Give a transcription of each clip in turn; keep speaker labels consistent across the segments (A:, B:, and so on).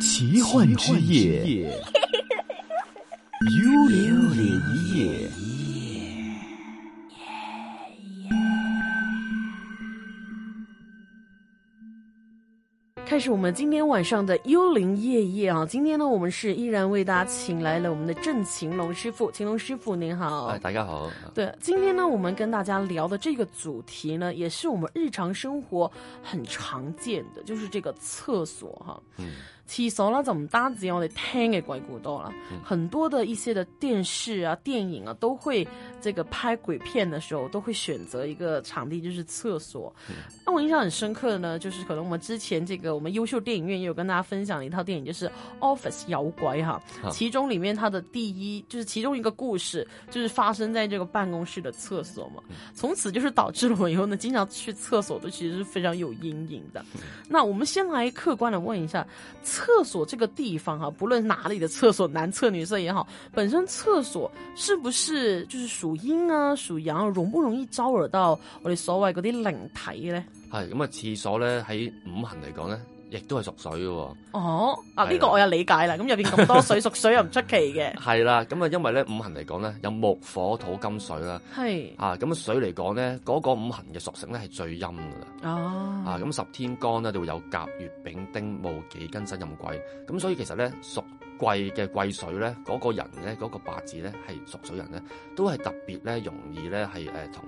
A: 奇幻之夜，幽灵夜。
B: 开始我们今天晚上的幽灵夜夜啊！今天呢，我们是依然为大家请来了我们的郑晴龙师傅，晴龙师傅您好。
C: 哎，大家好。
B: 对，今天呢，我们跟大家聊的这个主题呢，也是我们日常生活很常见的，就是这个厕所哈。
C: 嗯
B: 厕所啦就唔单止我哋听嘅鬼故多啦，
C: 嗯
B: 很多的一些的电视啊、电影啊，都会这个拍鬼片的时候都会选择一个场地，就是厕所。那、我印象很深刻的呢，就是可能我们之前这个我们优秀电影院也有跟大家分享了一套电影，就是《Office 妖怪》哈，
C: 啊
B: 其中里面它的第一就是其中一个故事就是发生在这个办公室的厕所嘛，从此就是导致了我以后呢，经常去厕所都其实是非常有阴影的。那我们先来客观的问一下，厕所这个地方哈、不论哪里的厕所，男厕女厕也好，本身厕所是不是就是属阴啊、属阳啊，容不容易招惹到我哋所謂嗰啲靈體咧？
C: 係咁啊，廁所咧喺五行嚟講咧，亦都係屬水嘅喎。
B: 哦，啊
C: 係
B: 呢、個
C: 啦
B: 我有理解啦，咁入邊咁多水屬水又唔出奇 嘅，
C: 係啦，咁啊，因為咧五行嚟講咧有木、火、土、金、水啦。
B: 係
C: 啊，咁水嚟講咧，嗰、個五行嘅屬性咧係最陰㗎啦。啊，
B: 啊，
C: 咁十天干咧就會有甲、乙、丙、丁、戊、己、庚、辛、壬、癸。咁所以其實咧屬癸嘅癸水咧，嗰、個人咧嗰、個八字咧係屬水人咧，都係特別咧容易咧係誒同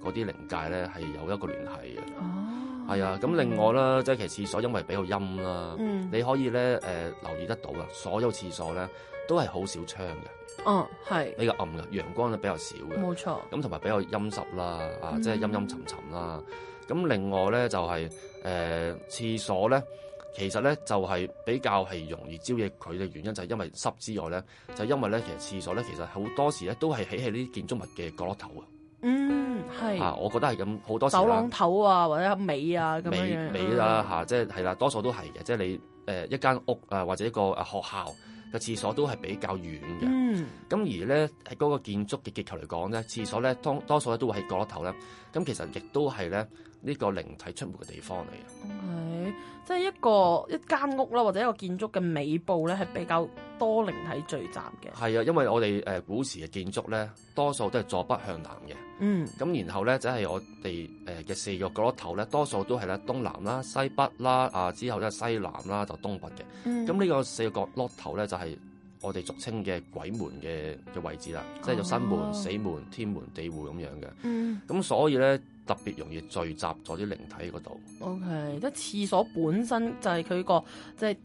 C: 嗰啲靈界咧係有一個聯繫嘅。
B: 哦，
C: 係啊，咁另外啦，即係其實廁所因為比較陰啦，
B: 嗯
C: 你可以咧誒、呃留意得到啊，所有廁所咧都係好少窗嘅，
B: 嗯，係
C: 比較暗嘅，陽光咧比較少嘅，
B: 冇錯，
C: 咁同埋比較陰濕啦，啊，
B: 嗯
C: 即係陰陰沉沉啦。咁另外咧就係、呃廁所咧，其實咧就係、比較係容易招惹佢嘅原因就係因為濕之外咧，就係因為咧其實廁所咧其實好多時咧都係起喺呢啲建築物嘅角落頭啊，
B: 嗯係。
C: 啊，我覺得係咁好多時
B: 走
C: 啦
B: 廊頭啊，或者尾啊咁樣
C: 美
B: 樣
C: 美啦，嚇，即係係啦，多數都係嘅，即係你誒、呃一間屋啊或者一個誒學校嘅廁所都係比較遠嘅。咁、
B: 嗯，
C: 而咧喺嗰個建築嘅結構嚟講咧，廁所
B: 嗯
C: 咧多多數咧都會喺角落頭咧，咁其實亦都係咧呢個靈體出沒嘅地方嚟嘅。
B: 係即係一個一間屋啦，或者一個建築嘅尾部咧，係比較多靈體聚集嘅。
C: 係啊，因為我哋誒、呃古時嘅建築咧，多數都係坐北向南嘅。
B: 嗯
C: 咁然後咧，就係、我哋誒嘅四個角落頭咧，多數都係咧東南啦、西北啦，啊之後咧西南啦，就東北嘅。
B: 嗯，
C: 咁呢個四個角落頭咧，就係、我哋俗稱嘅鬼門嘅嘅位置啦，即係有生門、
B: 哦
C: 死門、天門、地戶咁樣嘅。
B: 嗯
C: 咁所以咧，特別容易聚集咗啲靈體喺嗰度。
B: ，OK，即係廁嗯所本身就係佢個即係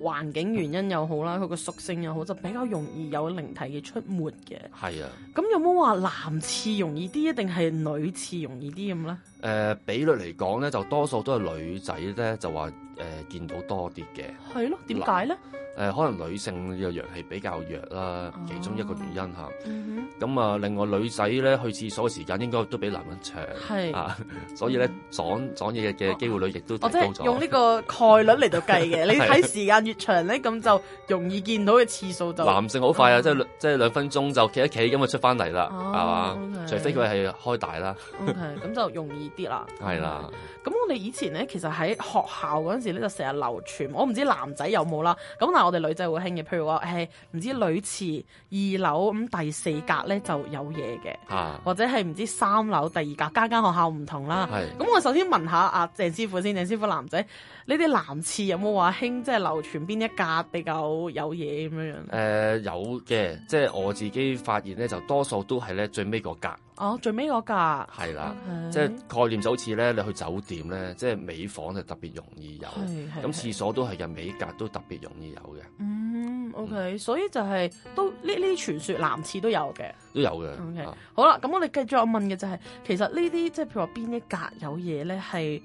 B: 環境原因又好啦，佢個屬性又好，就比較容易有靈體嘅出沒嘅。
C: 係啊，
B: 咁有冇話男廁容易啲，定係女廁容易啲咁咧？
C: 誒、呃比率嚟講咧，就多數都係女仔咧，就話誒、呃見到多啲嘅。誒、
B: 係咯，點解咧？
C: 可能女性嘅陽氣比較弱啦
B: 哦，
C: 其中一個原因嚇。
B: 嗯
C: 咁啊，另外女仔咧去廁所嘅時間應該都比男人長。
B: 嗯哼，係。
C: 啊，所以咧撞撞嘢嘅機會率亦都
B: 我
C: 提高
B: 即係
C: 咗
B: 用。呢個概率嚟到計 嘅，你
C: 係啊
B: 睇時間越長咧，咁就容易見到嘅次數就
C: 男性好快啊，
B: 嗯
C: 即係兩即係兩分鐘就企一企咁啊出翻嚟啦，
B: 哦
C: 係嘛
B: OK？
C: 除非佢係開大啦，
B: OK，咁就容易啲啦。
C: 係啦，
B: 咁我哋以前咧，其實喺學校嗰陣時咧，就成日流傳，我唔知男仔有冇啦。咁但係我哋女仔會興嘅，譬如話誒，唔知女廁二樓咁第四格咧就有嘢嘅，
C: 嚇
B: 或者係唔知三樓第二格，間間學校唔同啦。
C: 係
B: 咁我首先問下阿鄭師傅先，鄭師傅男仔，你哋男廁有冇話興即係流傳邊一格比較有嘢咁樣樣？
C: 誒呃有嘅，即係我自己發現咧，就多數都係咧最尾個格
B: 哦，最尾嗰格
C: 係啦，
B: OK
C: 即係概念就好似咧你去酒店咧，即係尾房就特別容易有，
B: 嗯係係
C: 咁
B: 係
C: 廁所都係嘅，尾格都特別容易有嘅，
B: 嗯，OK，所以就係、都呢呢啲傳說男廁都有嘅。
C: 都有嘅。
B: OK，、
C: 啊
B: 好啦，咁我哋繼續問嘅就係、其實呢啲即係譬如話邊一格有嘢咧，係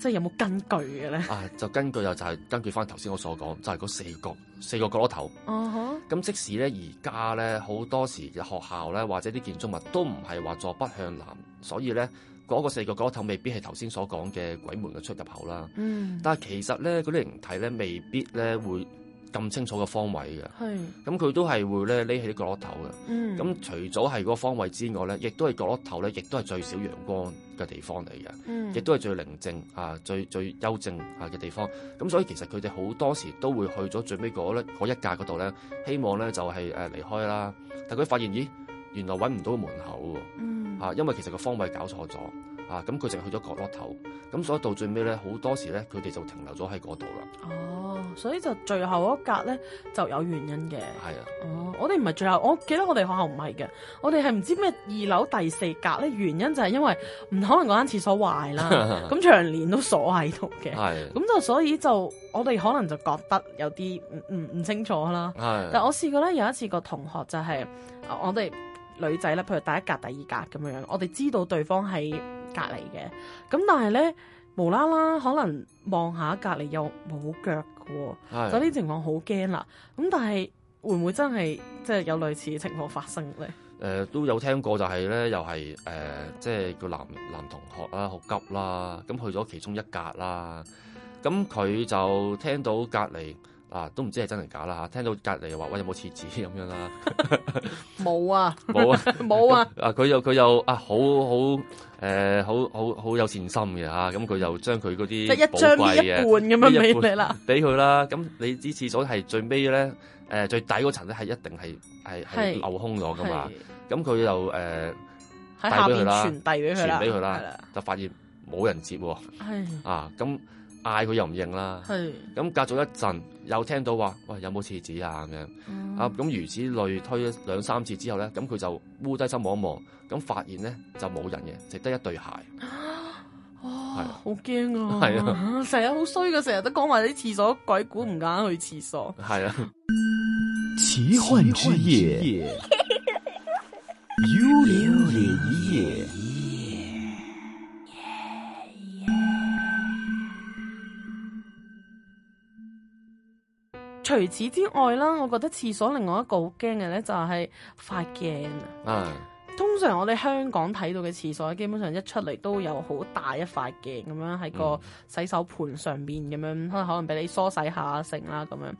B: 即係有冇根據嘅咧？
C: 啊，就根據又就係根據翻頭先我所講，就係嗰四個四個角落頭。
B: 哦哈，
C: 咁即使咧，而家咧好多時嘅學校咧，或者啲建築物都唔係話坐北向南，所以咧嗰、個四個角頭未必係頭先所講嘅鬼門嘅出入口啦。
B: 嗯，
C: 但係其實咧，嗰啲形體咧未必咧會咁清楚嘅方位嘅。
B: 係，
C: 咁佢都係會咧匿喺啲角落頭嘅。
B: 嗯，
C: 咁、除咗係嗰個方位之外咧，亦都係角落頭咧，亦都係最少陽光嘅地方嚟嘅，
B: 嗯
C: 亦都係最寧靜啊、最最幽靜啊嘅地方。咁所以其實佢哋好多時都會去咗最尾嗰咧嗰一格嗰度咧，希望咧就係、誒離開啦。但佢發現咦，原來揾唔到門口喎。
B: 嗯
C: 啊，因為其實個方位搞錯咗啊，咁佢淨係去咗角落頭，咁所以到最尾咧，好多時咧佢哋就停留咗喺嗰度啦，
B: 哦，所以就最後嗰格咧就有原因嘅。
C: 係啊，
B: 哦，我哋唔係最後，我記得我哋學校唔係嘅，我哋係唔知咩二樓第四格咧，原因就係因為唔可能嗰間廁所壞啦， 咁長年都鎖喺度嘅，
C: 係
B: 咁就所以就我哋可能就覺得有啲唔唔唔清楚啦。
C: 係，
B: 但我試過咧，有一次個同學就係、啊我哋女仔咧，譬如第一格、第二格咁樣，我哋知道對方喺隔離嘅，咁但係咧無啦啦可能望下隔離又冇腳嘅喎。
C: 係
B: 就呢啲情況好驚啦。咁但係會唔會真係即係有類似嘅情況發生咧？
C: 誒、都有聽過就係咧，又係誒、即係個男男同學啦，好急啦，咁去咗其中一格啦，咁佢就聽到隔離啊，都唔知係真定假啦嚇，聽到隔離話喂有冇廁紙咁樣 啦，
B: 冇 啊，
C: 冇啊。
B: 冇啊，
C: 啊！佢又佢又啊，好好誒、好好好有善心嘅嚇，咁、佢又將佢嗰
B: 即
C: 啲
B: 係一張呢
C: 寶貴
B: 一
C: 嘅
B: 半咁樣俾你啦。
C: 俾佢啦。咁你啲廁所係最尾咧，誒、最底嗰層咧係一定係係係
B: 係
C: 留空咗噶嘛
B: 係。
C: 咁佢又誒
B: 喺
C: 遞
B: 下
C: 俾佢
B: 邊
C: 啦
B: 傳遞俾佢啦，
C: 傳俾佢啦
B: 係啦，
C: 就發現冇人接喎
B: 係
C: 啊！咁嗌佢又唔應啦。
B: 係
C: 咁隔咗一陣，又聽到話喂有冇廁紙啊咁樣啊！咁如此類推兩三次之後咧，咁佢就烏低身望一望，咁發現咧就冇人嘅，只得一對鞋。
B: 哇，
C: 係
B: 好驚啊！
C: 係
B: 啊，成日好衰噶，成日都講話啲廁所鬼故唔敢去廁所。
C: 係啊。
A: 奇幻之夜，幽灵夜。
B: 除此之外啦，我覺得廁所另外一個好驚嘅咧，就係塊鏡啊。
C: 啊，
B: 通常我哋香港睇到嘅廁所，基本上一出嚟都有好大一塊鏡咁樣喺
C: 嗯
B: 個洗手盤上面咁樣，可能可能俾你梳洗下成啦咁樣。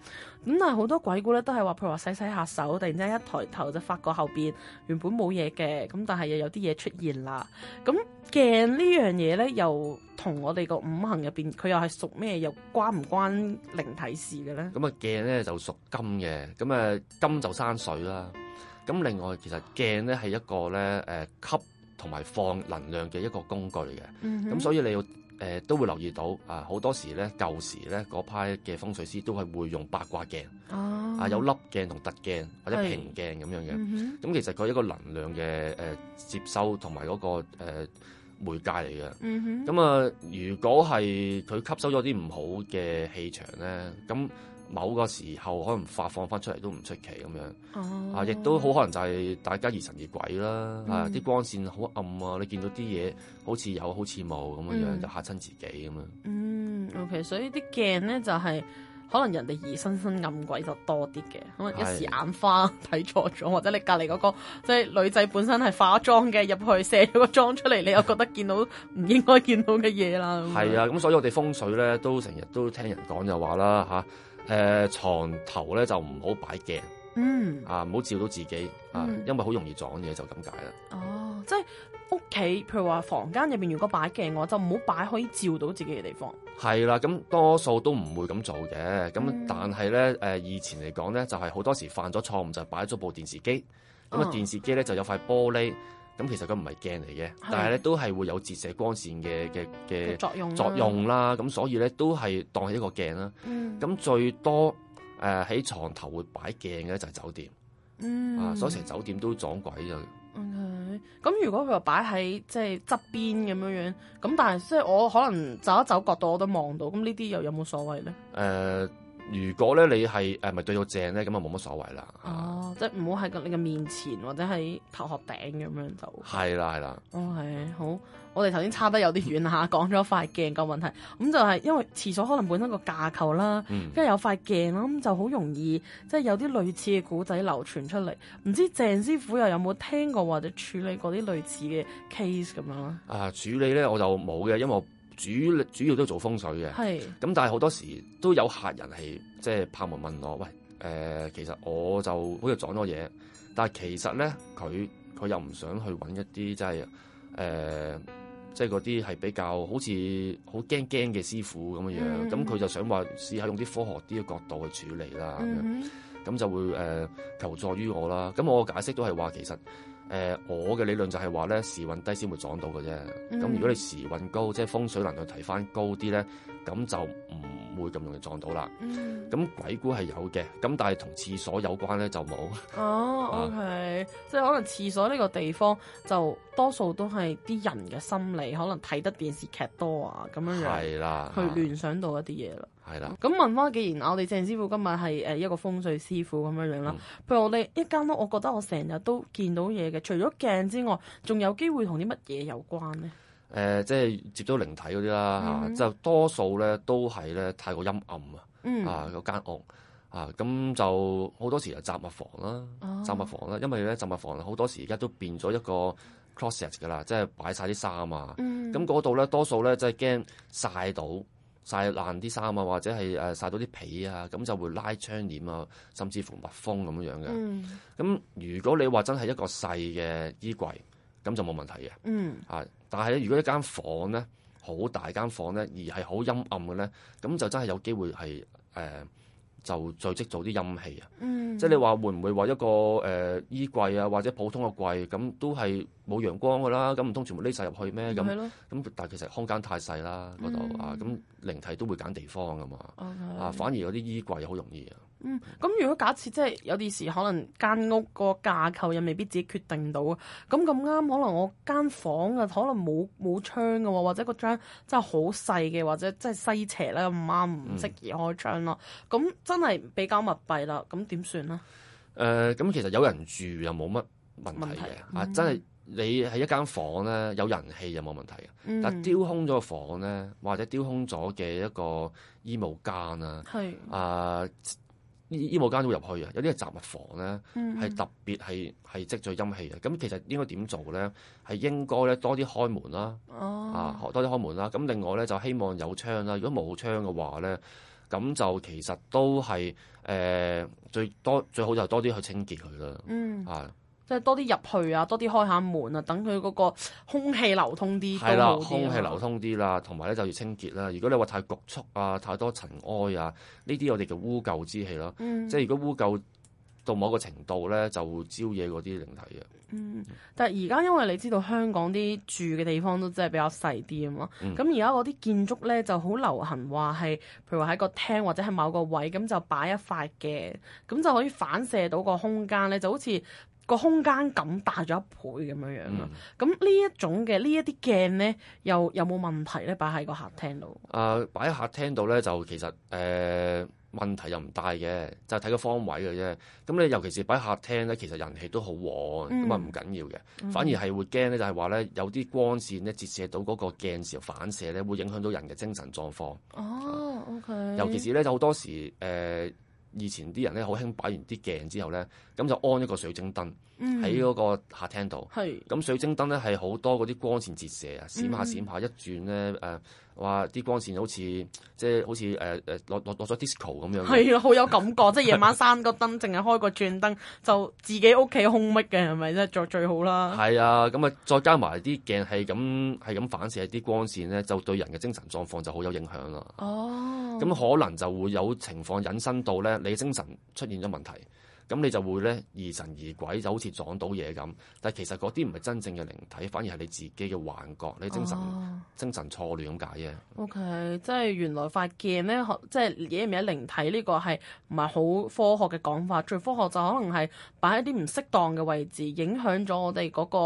B: 咁但係好多鬼故咧都係話，譬如話洗洗下手，突然之間一抬頭就發覺後邊原本冇嘢嘅，咁但係又有啲嘢出現啦。咁鏡呢樣嘢咧，又同我哋個五行入邊，佢又係屬咩？又關唔關靈體事嘅咧？
C: 咁啊鏡咧就屬金嘅，咁啊金就生水啦。咁另外其實鏡咧係一個咧誒、吸同埋放能量嘅一個工具嘅。咁、
B: 咁
C: 所以你要誒、呃都會留意到啊，好多時咧舊時咧嗰派嘅風水師都係會用八卦鏡
B: 啊
C: 啊，有粒鏡同凸鏡或者
B: 係
C: 平鏡咁樣嘅。
B: 嗯
C: 咁其實佢係一個能量嘅誒、呃接收同埋嗰個誒、媒介嚟嘅。
B: 哼嗯哼
C: 咁啊，如果係佢吸收咗啲唔好嘅氣場咧，咁某個時候可能發放翻出嚟都唔出奇咁樣
B: 哦
C: 啊，亦都好可能就係大家疑神疑鬼啦，啊
B: 嗯
C: 啲光線好暗啊，你見到啲嘢好似有好似冇咁樣
B: 嗯
C: 樣，就嚇親自己咁樣。
B: 嗯，OK，所以啲鏡咧就係、可能人哋疑心生暗鬼就多啲嘅，可能一時
C: 係
B: 眼花睇錯咗，或者你隔離嗰個即係女仔本身係化妝嘅，入去卸咗個妝出嚟，你又覺得見到唔應該見到嘅嘢啦。咁樣
C: 係啊，，咁所以我哋風水咧都成日都聽人講就話啦吓，誒、床頭咧就唔好擺鏡
B: 嗯，
C: 啊，唔好照到自己啊，
B: 嗯
C: 因為好容易撞嘢就咁解啦。
B: 哦，即係屋企，譬如話房間入邊如果擺鏡嘅話，就唔好擺可以照到自己嘅地方。
C: 係啦，咁多數都唔會咁做嘅，咁、
B: 嗯
C: 但係咧，誒、以前嚟講咧，就係、好多時犯咗錯誤就係擺咗部電視機，咁啊、
B: 哦
C: 電視機咧就有塊玻璃，咁其實佢唔係鏡嚟嘅，但係咧都係會有折射光線嘅嘅嘅
B: 嘅作用啦
C: 作，用啦，咁所以咧都係當係一個鏡啦。
B: 嗯
C: 咁最多誒喺、床頭會擺鏡嘅咧就係酒店、
B: 嗯
C: 啊，所以成日酒店都撞鬼咗。
B: OK，咁如果佢話擺喺即係側邊咁樣樣，咁但係即係我可能走一走角度我都望到，咁呢啲又有冇所謂咧？
C: 誒、如果咧你係誒咪對到正咧，咁啊冇乜所謂啦。啊
B: 哦，即係唔好喺你嘅面前或者喺頭殼頂咁樣就。
C: 係啦係啦，
B: OK，好，哦我哋頭先差得有啲遠啊啦嚇，講咗塊鏡個問題，咁就係因為廁所可能本身個架構啦，
C: 嗯。
B: 跟住有塊鏡啦，咁就好容易即係有啲類似嘅古仔流傳出嚟。唔知鄭師傅又有冇聽過或者處理過啲類似嘅 case 咁樣啦？
C: 啊，處理咧我就冇嘅，因為我主主要都做風水嘅。
B: 係
C: 咁但係好多時都有客人係即係拍門問我，喂，誒、其實我就好似撞咗嘢，但係其實咧，佢佢又唔想去揾一啲即係誒，即係嗰啲係比較好似好驚驚嘅師傅咁樣樣，
B: 嗯
C: 咁佢、就想話試下用啲科學啲嘅角度去處理啦，咁樣、
B: 嗯哼
C: 咁就會誒、呃求助於我啦。咁我嘅解釋都係話其實誒、呃我嘅理論就係話咧時運低先會撞到嘅啫。咁、
B: 嗯
C: 如果你時運高，即係風水能量提翻高啲咧，咁就唔會咁容易撞到啦。
B: 嗯
C: 咁鬼故係有嘅，咁但係同廁所有關咧就 冇。啊
B: 哦，OK，即係可能廁所呢個地方就多數都係啲人嘅心理，可能睇得電視劇多啊咁樣樣，
C: 係啦，
B: 去聯想到一啲嘢啦。
C: 係啦，
B: 咁問翻，既然我哋鄭師傅今日係誒一個風水師傅咁樣樣啦，
C: 嗯
B: 譬如我哋一間屋，我覺得我成日都見到嘢嘅，除咗鏡之外，仲有機會同啲乜嘢有關呢？
C: 誒、呃即係接到靈體嗰啲啦嚇，
B: 嗯
C: 就多數咧都係咧太過陰暗啊。
B: 嗯，
C: 啊嗰間屋啊，咁就好多時就雜物房
B: 哦
C: 啦，雜物房啦，因為咧雜物房好多時而家都變咗一個 closet 噶啦，即係擺晒啲衫啊。
B: 嗯，
C: 咁嗰度咧多數咧即係驚曬到曬爛啲衫啊，或者係誒曬到啲被啊，咁就會拉窗簾啊，甚至乎密封咁樣樣嘅。
B: 嗯
C: 咁、如果你話真係一個細嘅衣櫃，咁就冇問題嘅。
B: 嗯
C: 啊！但係咧，如果一間房咧好大間房咧，而係好陰暗嘅咧，咁就真係有機會係誒、呃就聚積咗啲陰氣啊！
B: 嗯，
C: 即係你話會唔會話一個誒、呃衣櫃啊，或者普通嘅櫃咁都係冇陽光噶啦，咁唔通全部匿晒入去咩？
B: 嗯係
C: 咁
B: 咯嗯
C: 咁但係其實空間太細啦，嗰度、啊，咁靈體都會揀地方噶嘛。
B: ，OK
C: 啊，反而有啲衣櫃好容易啊，
B: 嗯，咁如果假設即係有啲時可能間屋個架構又未必自己決定到啊，咁咁啱可能我間房啊可能冇冇窗嘅喎，或者個窗真係好細嘅，或者真係西斜咧唔啱唔適宜開窗咯，咁、真係比較密閉啦，咁點算啊
C: 誒、
B: 呢？
C: 咁其實有人住又冇乜問
B: 問
C: 題
B: 題
C: 嘅，啊，真係你喺一間房咧有人氣就冇問題嘅。
B: 嗯，
C: 但丟空咗個房咧，或者丟空咗嘅一個衣帽間啊，
B: 係，
C: 啊、衣衣帽間都會入去啊，有啲係雜物房咧，
B: 嗯，
C: 係特別係係積聚陰氣嘅。咁其實應該點做咧？係應該咧多啲開門啦，啊
B: 哦，
C: 多啲開門啦。咁另外咧就希望有窗啦。如果冇窗嘅話咧，咁就其實都係誒、呃最多最好就多啲去清潔佢啦。
B: 嗯，
C: 啊，
B: 即係多啲入去啊，多啲開下門啊，等佢嗰個空氣流通啲，
C: 係
B: 都
C: 啦
B: 好，啲啊
C: 空氣流通啲啦，同埋咧就要清潔啦。如果你話太局促啊、太多塵埃啊，呢啲我哋叫污垢之氣啦。
B: 嗯
C: 即係如果污垢到某個程度咧，就會招惹嗰啲靈體嘅。啊
B: 嗯，但係而家因為你知道香港啲住嘅地方都真係比較細啲啊嘛，
C: 嗯
B: 咁而家嗰啲建築咧就好流行話係，譬如話喺個廳或者係某個位咁就擺一塊嘅，咁就可以反射到個空間咧，就好似個空間感大咗一倍咁樣樣
C: 嗯
B: 啊。咁呢、一種嘅呢一啲鏡咧，又有冇問題咧？擺喺個客廳度，
C: 啊，擺喺客廳度咧，就其實誒、呃、問題又唔大嘅，就係睇個方位嘅啫。咁你尤其是擺客廳咧，其實人氣都好旺，
B: 嗯
C: 咁啊唔緊要嘅。反而係會驚咧，就係話咧有啲光線咧折射到嗰個鏡時候反射咧，會影響到人嘅精神狀況。
B: 哦，OK，
C: 尤其是咧就好多時誒、呃以前啲人咧好興擺完啲鏡之後咧，咁就安一個水晶燈
B: 嗯
C: 喺嗰個客廳度。
B: 係，
C: 咁水晶燈咧係好多嗰啲光線折射啊，閃下
B: 嗯
C: 閃下一轉咧誒，話啲光線好似即係好似誒誒落落落咗 disco 咁樣嘅。
B: 係啊，好有感覺，即係夜晚閂個燈，淨係開個轉燈，就自己屋企空隙嘅，係咪真係最最好啦？
C: 係啊，咁啊，再加埋啲鏡係咁係咁反射啲光線咧，就對人嘅精神狀況就好有影響啦。
B: 哦，
C: 咁可能就會有情況引申到咧，你精神出現咗問題，咁你就會咧疑神疑鬼，就好似撞到嘢咁。但係其實嗰啲唔係真正嘅靈體，反而係你自己嘅幻覺，你精神、
B: 哦
C: 精神錯亂咁解嘅。
B: OK，即係原來塊鏡咧，可即係嘢唔嘢靈體呢個係唔係好科學嘅講法？最科學就可能係擺喺啲唔適當嘅位置，影響咗我哋嗰個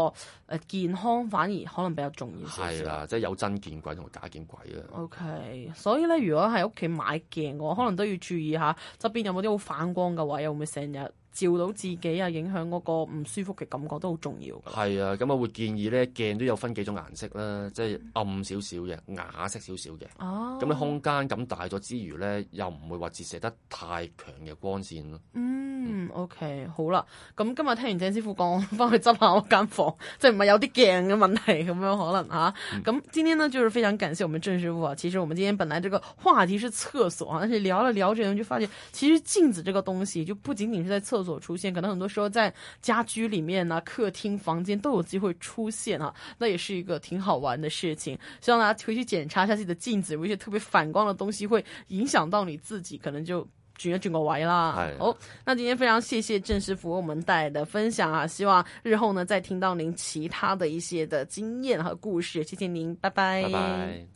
B: 呃健康，反而可能比較重要少
C: 係
B: 少。
C: 啦，即係有真見鬼同埋假見鬼啊！
B: 哦 OK，所以咧，如果喺屋企買鏡嘅話，可能都要注意下側邊有冇啲好反光嘅位，會唔會成日照到自己啊，影響嗰個唔舒服嘅感覺都好重要㗎。
C: 係啊，咁我會建議咧鏡都有分幾種顏色啦，即係暗少少嘅、啞色少少嘅。
B: 哦，
C: 咁咧空間咁大咗之餘咧，又唔會話折射得太強嘅光線咯。
B: 嗯，OK，好啦，咁今日聽完鄭師傅講， 我翻去執下我間房，即係唔係有啲鏡嘅問題咁樣可能啊。咁、今天呢，就是非常感謝我們鄭師傅啊。其實我們今天本來這個話題是廁所啊，但是聊了聊着，我們就發現其實鏡子這個東西就不僅僅是在廁所出現，可能很多時候在家居裡面啊、客廳、房間都有機會出現啊。那也是一個挺好玩的事情。希望大家回去檢查一下自己的鏡子，有一些特別反光的東西會影響到你自己，可能就。轉一轉個位啦，
C: 係
B: 好。那今天非常謝謝鄭師傅為我們帶來的分享啊！希望日後呢再聽到您其他的一些的經驗和故事，謝謝您，拜拜，
C: 拜拜。